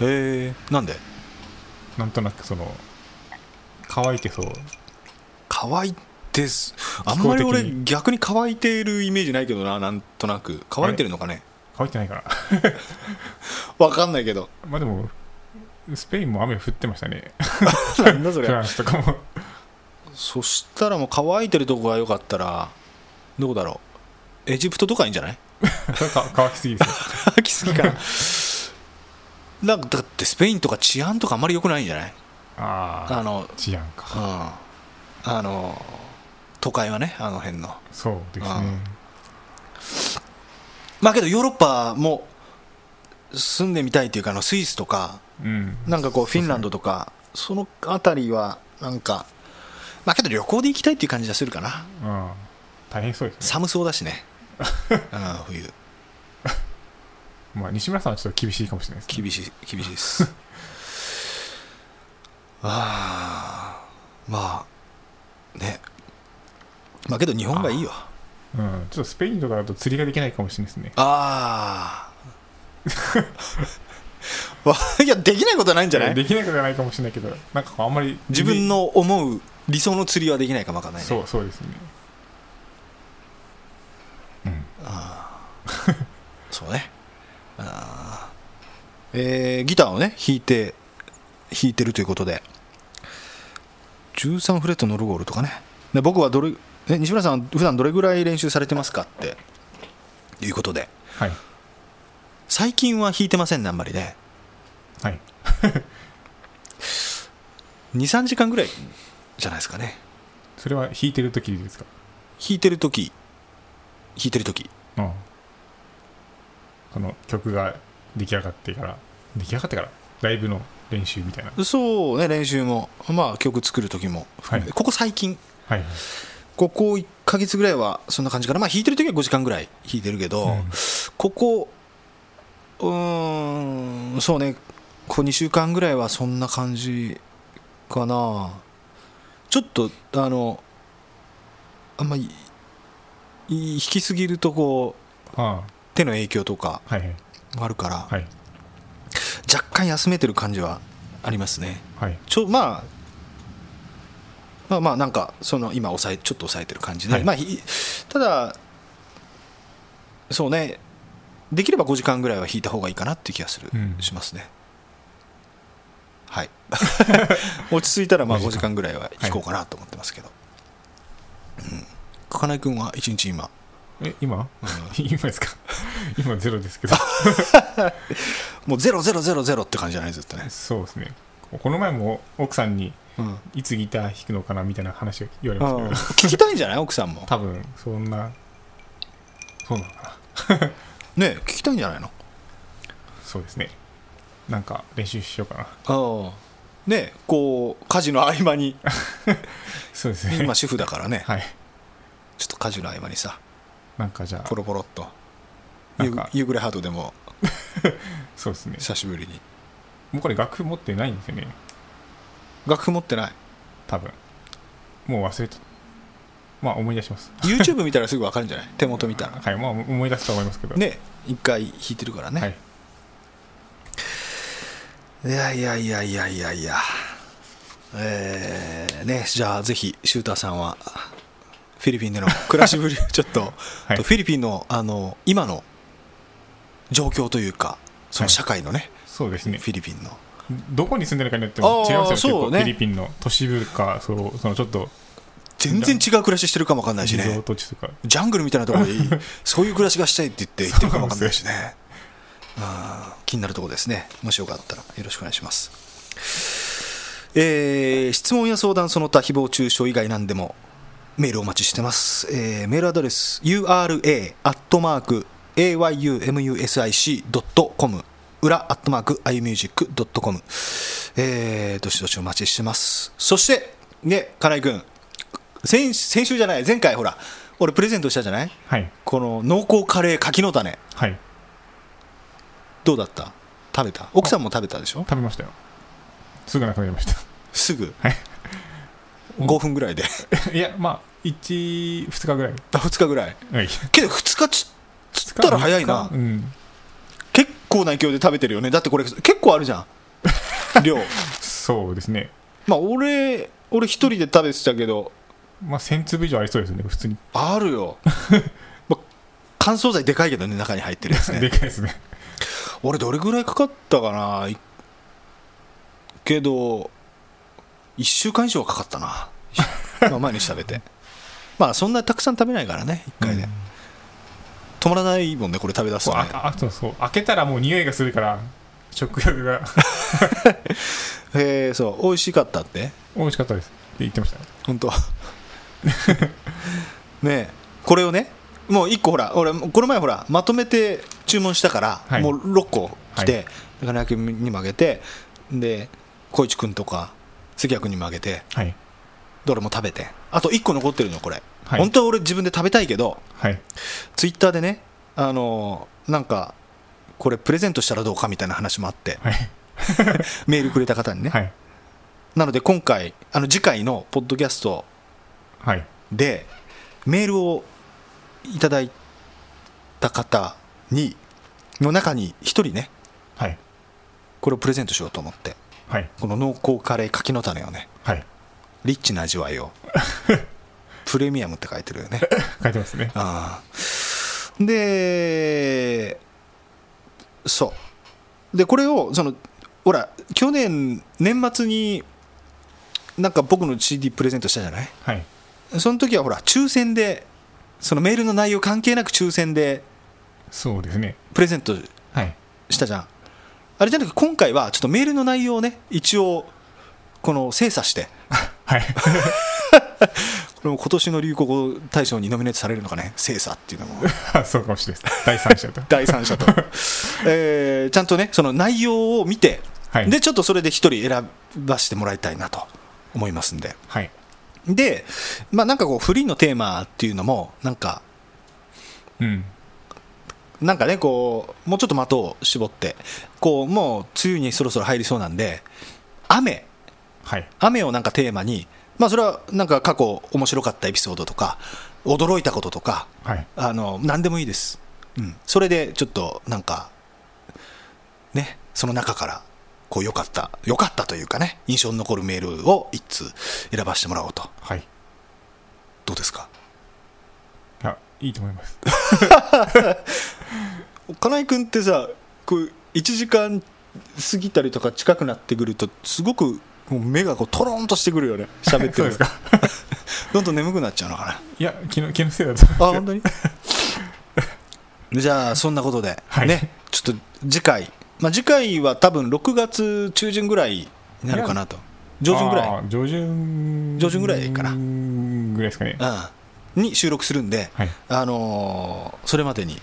えなんで
なんとなくその乾いてそう
乾いてすあん
気候
まり
的に
俺逆に乾いているイメージないけどななんとなく乾いてるのかね
乾いてない から
わかんないけど
まあでもスペインも雨降ってましたね
なんだそ
フランス とかも
そしたらもう乾いてるとこが良かったらどこだろうエジプトとかいいんじゃない
それか乾きすぎですよ
飽きすぎかななん かだってスペインとか治安とかあんまり良くないんじゃない
あ あ
あの
治安
うん
か
あの都会はねあの辺の
そうです
あ
ね
まあけどヨーロッパも住んでみたいっていうかあのスイスとか
うん
なんかこうフィンランドとかその辺りはなんかまあけど旅行で行きたいっていう感じがするかな
うん大変そうですね
寒そうだしね、うん、冬
まあ西村さんはちょっと厳しいかもしれないですね
厳しい厳しいです ああまあねまあけど日本がいいよ
うん、ちょっとスペインとかだと釣りができないかもしれないですね。
ああわ いやできないことはないんじゃない
できないことじゃないかもしれないけど、なんかこうあんまり
自分の思う理想の釣りはできないかもわかんないね
そうそうですね。
そうねあーえーギターをね弾いて弾いてるということで13フレットノルゴールとかねで僕はどれえ西村さんは普段どれぐらい練習されてますかっていうことで
はい。
最近は弾いてませんねあんまりね
はい。
23時間ぐらいじゃないですかね
それは弾いてる時ですか。
弾いてる時弾いてる時
うん。その曲が出来上がってから、出来上がってから、ライブの練習みたいな。
そうね練習もまあ曲作る時も含めて、
はい
ここ最近
はいはい。
ここ1ヶ月ぐらいはそんな感じかな、まあ、弾いてる時は5時間ぐらい弾いてるけど、
うん
ここうーんそうねここ2週間ぐらいはそんな感じかなちょっとあのあんまりい弾きすぎるとこう
あ
手の影響とか
あ、はいはい。
もあるから、
はい。
若干休めてる感じはありますね
はい。
ちょまあまあまあなんかその今抑えちょっと抑えてる感じで、
はい
まあひただそうねできれば5時間ぐらいは弾いた方がいいかなっていう気がする、
うん
しますねはい 落ち着いたらまあ
5
5
時
時
間
間ぐらいは弾こうかなと思ってますけど、うん、金井君は一日今
え、今 今ですか今ゼロですけど。
もうゼロゼロゼロゼロって感じじゃないずっとね、
そうですね。この前も奥さんに、
うん、
いつギター弾くのかなみたいな話を言われましたけど、
聞きたいんじゃない奥さんも
多分そんな、そうなのかな。
ね聞きたいんじゃないの
そうですね。なんか練習しようかな。
ああねこう家事の合間に
そうですね。
今主婦だからね
はい。
ちょっと家事の合間にさ
なんかじゃ
ポロポロっと
な
夕
んか
夕暮れハートでも
あ、そうですね。
久しぶりに
もうこれ楽譜持ってないんですよね。
楽譜持ってない
多分。もう忘れた。まあ思い出します。
YouTube 見たらすぐ分かるん じゃない手元見たら
はい。まあ思い出すと思いますけど。。
ね一回弾いてるからね、
はい。
いやいやいやいやいやいやえー、ねじゃあぜひシューターさんはフィリピンでの暮らし ぶりちょっと、
はい
フィリピンのあの今の状況というかその社会のね、
そうですね。
フィリピンの
どこに住んでるかによっても違い
あー
ますよね。結
そ
構
う
フ
ね
ィリピンの都市部か、そうそのちょっと
全然違う暮らししてるかもわかんないし
リゾー
ね
ト地とか。
ジャングルみたいなとこ ろでいいそういう暮らしがしたいって言って言ってるかもわかんないしねあー気になるところですねもしよかったらよろしくお願いしますえー質問や相談その他誹謗中傷以外何でもメールお待ちしてます、えーメールアドレス ura.ayumusic.com 裏アットマーク imusic.com えー、どしどしお待ちしてますそしてね金井君先先週じゃない前回ほら俺プレゼントしたじゃない
はい。
この濃厚カレー柿の種
はい。
どうだった食べた奥さんも食べたでしょ
食べましたよ。すぐなくなりました。
すぐ
はい
5分ぐらいで
いや、まあ、1、2日ぐらい。
2日ぐらい
はい。
けど2日つつったら早いな
うん。
結構な勢いで食べてるよねだってこれ結構あるじゃ ん量
そうですね。
まあ俺俺一人で食べてたけど
まあ、1000粒以上ありそうですね、普通 に。
ある よまあ乾燥剤でかいけどね中に入ってるやつね
でかいですね。
俺どれぐらいかかったかないけど1週間以上はかかった なまあ毎日食べてまあそんなたくさん食べないからね1回で、
うん
止まらないもんねこれ食べ出す
そう
とね
ああそうそう開けたらもう匂いがするから食欲が
へえそう美味しかったって
美味しかったですって言ってました
本 当ねえこれをねもう1個ほら俺この前ほらまとめて注文したから、
はい
もう6個来て、
は
中根君にもあげてで小市君とか関谷君にもあげて
はい
どれも食べてあと1個残ってるのこれ、
はい
本当は俺自分で食べたいけど
はい
ツイッターでねあのーなんかこれプレゼントしたらどうかみたいな話もあって
はい
メールくれた方にね、
はい
なので今回あの次回のポッドキャスト
はい。
でメールをいただいた方にの中に1人ね
はい。
これをプレゼントしようと思って
はい。
この濃厚カレー柿の種をね
はい。
リッチな味わい をプレミアムって書いてるよね
書いてますね。
ああでそうでこれをそのほら去年年末になんか僕の CD プレゼントしたじゃない
はい。
その時はほら抽選でそのメールの内容関係なく抽選で
そうですね。
プレゼント
はい。
したじゃんあれじゃなく今回はちょっとメールの内容をね一応この精査して
はい。
これも今年の流行語大賞にノミネートされるのかね精査っていうのも
そうかもしれないです。第三者と。
第三 者と、えーちゃんとねその内容を見て、
はい
でちょっとそれで一人選ばしてもらいたいなと思いますんで
はい。
で、まあ、なんかこうフリーのテーマっていうのもなんか
うん。
なんかねこうもうちょっと的を絞ってこうもう梅雨にそろそろ入りそうなんで雨
はい。
雨をなんかテーマに、まあ、それはなんか過去面白かったエピソードとか驚いたこととか
はい。
あの何でもいいです、うん、それでちょっとなんかねその中からこう良かった良かったというかね印象に残るメールを一通選ばしてもらおうと
はい。い
どうですか
や、いいと思います。
金井君ってさこう1時間過ぎたりとか近くなってくるとすごくもう目がこうトローンとしてくるよね喋って
そう
る
ですか。
どんどん眠くなっちゃうのかない
や、気の、気のせいだと思います
あ
よ。
本当に じゃあそんなことで、
はい
ねちょっと次回、まあ、次回は多分6月中旬ぐらいになるかなと上旬ぐらい
あー上旬
上旬ぐらいかな
ぐらいですかね
うん、に収録するんで、
はい
あのーそれまでに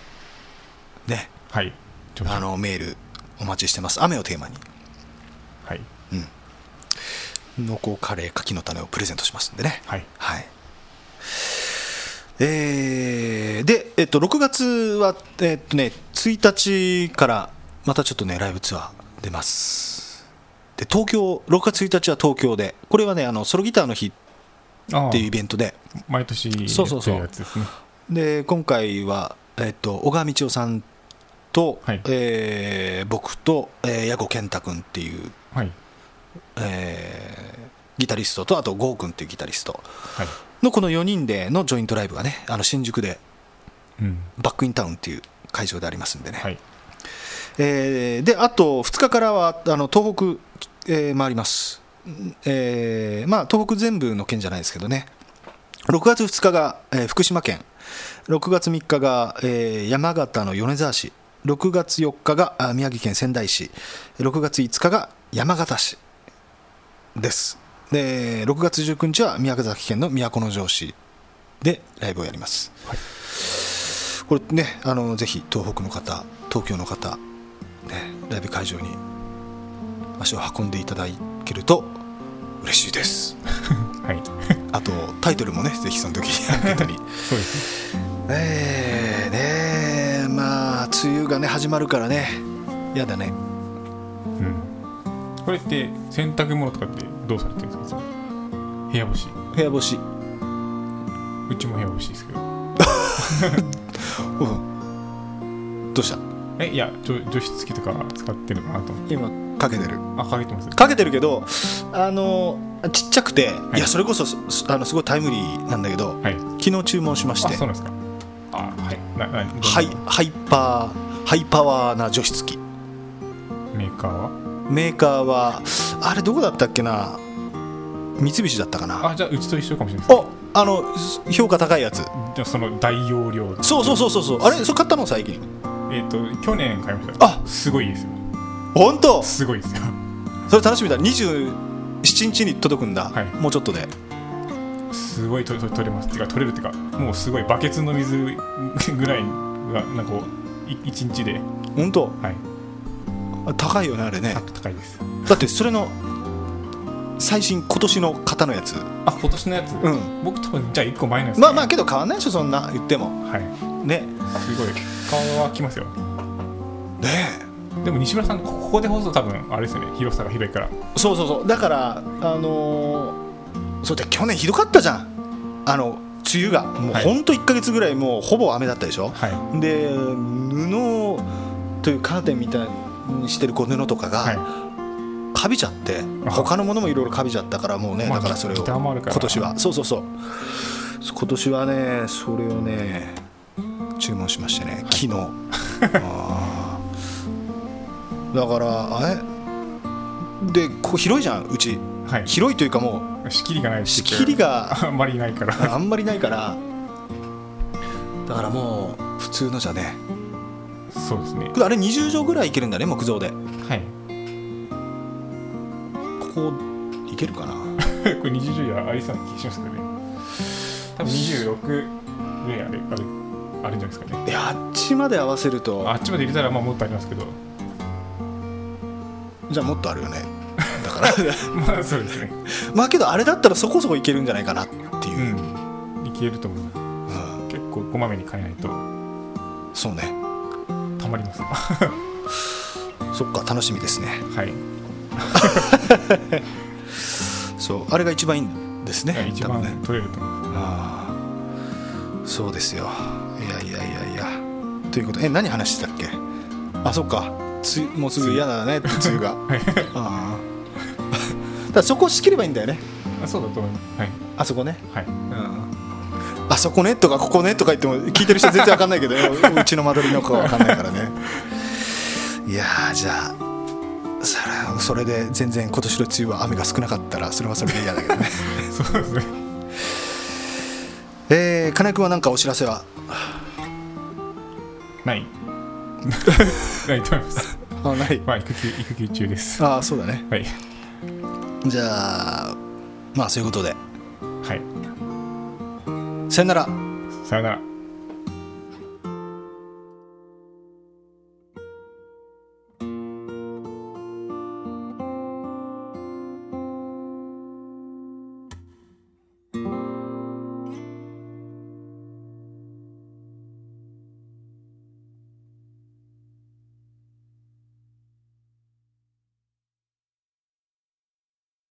ね
はい上旬
あのメールお待ちしてます雨をテーマに
はい
濃厚カレー柿の種をプレゼントしますんでね
はい
はい。えーで、えっと、6月は、えっとね、1日からまたちょっとね、ライブツアー出ます。で、東京、6月1日は東京で、これはね、あのソロギターの日
あ
っていう
ー
イベントで、
毎年やってる
そうそうそう
やつですね
で今回は、えっと、小川道夫さんと、
はい
えー僕と、えー、矢後健太君っていう、
はい
えーギタリストと、あと、郷君っていうギタリスト
はい
のこの4人でのジョイントライブがね、あの新宿で
うん
バックインタウンっていう会場でありますんでね、
はい
えーであと2日からはあの東北、えー回ります、んえーまあ、東北全部の県じゃないですけどね6月2日が、えー福島県6月3日が、えー山形の米沢市6月4日があ宮城県仙台市6月5日が山形市ですで6月19日は宮崎県の都城市でライブをやります、これねあのぜひ東北の方東京の方、ね、ライブ会場に足を運んでいただけると嬉しいです
はい
あとタイトルもねぜひその時にアンケートに
そうですね
えーねえまあ梅雨がね始まるからねやだね
うんこれって洗濯物とかってどうされてるんですかいつも部屋干し
部屋干し
うちも部屋干しですけど
うんどうした
えいや除除湿機とか使ってるのかなと思って
今かけてる
あかけてます
かけてるけどあのちっちゃくて、い、
い
やそれこそすあのすごいタイムリーなんだけど、
はい
昨日注文しまし
あ
て
そうなんですかあはいななどんな
ハイハイパーハイパワーな除湿機
メーカーは
メーカーはあれどこだったっけな三菱だったかな
あじゃあうちと一緒かもしれないです
おあの評価高いやつ
じゃあその大容量
そうそうそうそうそうあれそれ買ったの最近
えっ、と去年買いました
あ
すごいですよ
本当
すごいですよ
それ楽しみだ27日に届くんだ、
はい
もうちょっとです
ごいとと取れますっていうか取れるっていうかもうすごいバケツの水 ぐらいがなんかこうい一日で
本当
はい
あ高いよねあれね
た高いです
だってそれの最新今年の型のやつ
あ今年のやつ、
ん
僕多分じゃあ1個前のやつ、
まあまあけど変わんないでしょそんな言っても
はい
ね
すごい顔はきますよ
ね
でも西村さんこここで放送多分あれですよね広さが広いから
そうそうそうだからあのーそうだ去年ひどかったじゃんあの梅雨がもう
はい
ほんと1か月ぐらいもうほぼ雨だったでしょ、
はい
で布というカーテンみたいにしてるこう布とかが、
は
かびちゃって
あ
他のものもいろいろかびちゃったからもうね
まあ
だからそれを
ギターもあ
今
るから
年はそうそうそう今年はねそれをね注文しましてね昨日あーだからあれでここ広いじゃんうち
いはい
広いというかも
仕切りがないうし
仕切りが
あんまりないから
あんまりないからだからもう普通のじゃね
そうですね
あれ20畳ぐらいいけるんだね木造で
はい
ここいけるかな
これ20畳はありそうな気がしますけどね多分26ぐらいあるあるあるんじゃないですかね
いやあっちまで合わせると
あっちまで入れたらまあもっとありますけど
じゃあもっとあるよねだから
まあそうですね
まあけどあれだったらそこそこいけるんじゃないかなっていう、
うんいけると思いま
うん
す結構こまめに変えないと
そうね
たまります は
そっか楽しみですね
い
そうあれが一番いいんですね
が一
多
番
分ね
取れると思います
ああそうですよいやいやいやいやということえ何話してたっけあそっかつもうすぐ嫌だね梅雨が、
はい
ああだからそこを仕切ればいいんだよね
あそうだと思いますはい
あそこね
はい
あそこねとかここねとか言っても聞いてる人全然わかんない けどうちの間取りの子はわかんないからねいやーじゃあそれはそれで全然今年の梅雨は雨が少なかったらそれはそれで嫌だけどね
そうですね
えー、金井君は何かお知らせは
ない ないと思います
あない
まあ育休育休中です
ああそうだね
はい
じゃあまあそういうことで
はい
さよなら
さよなら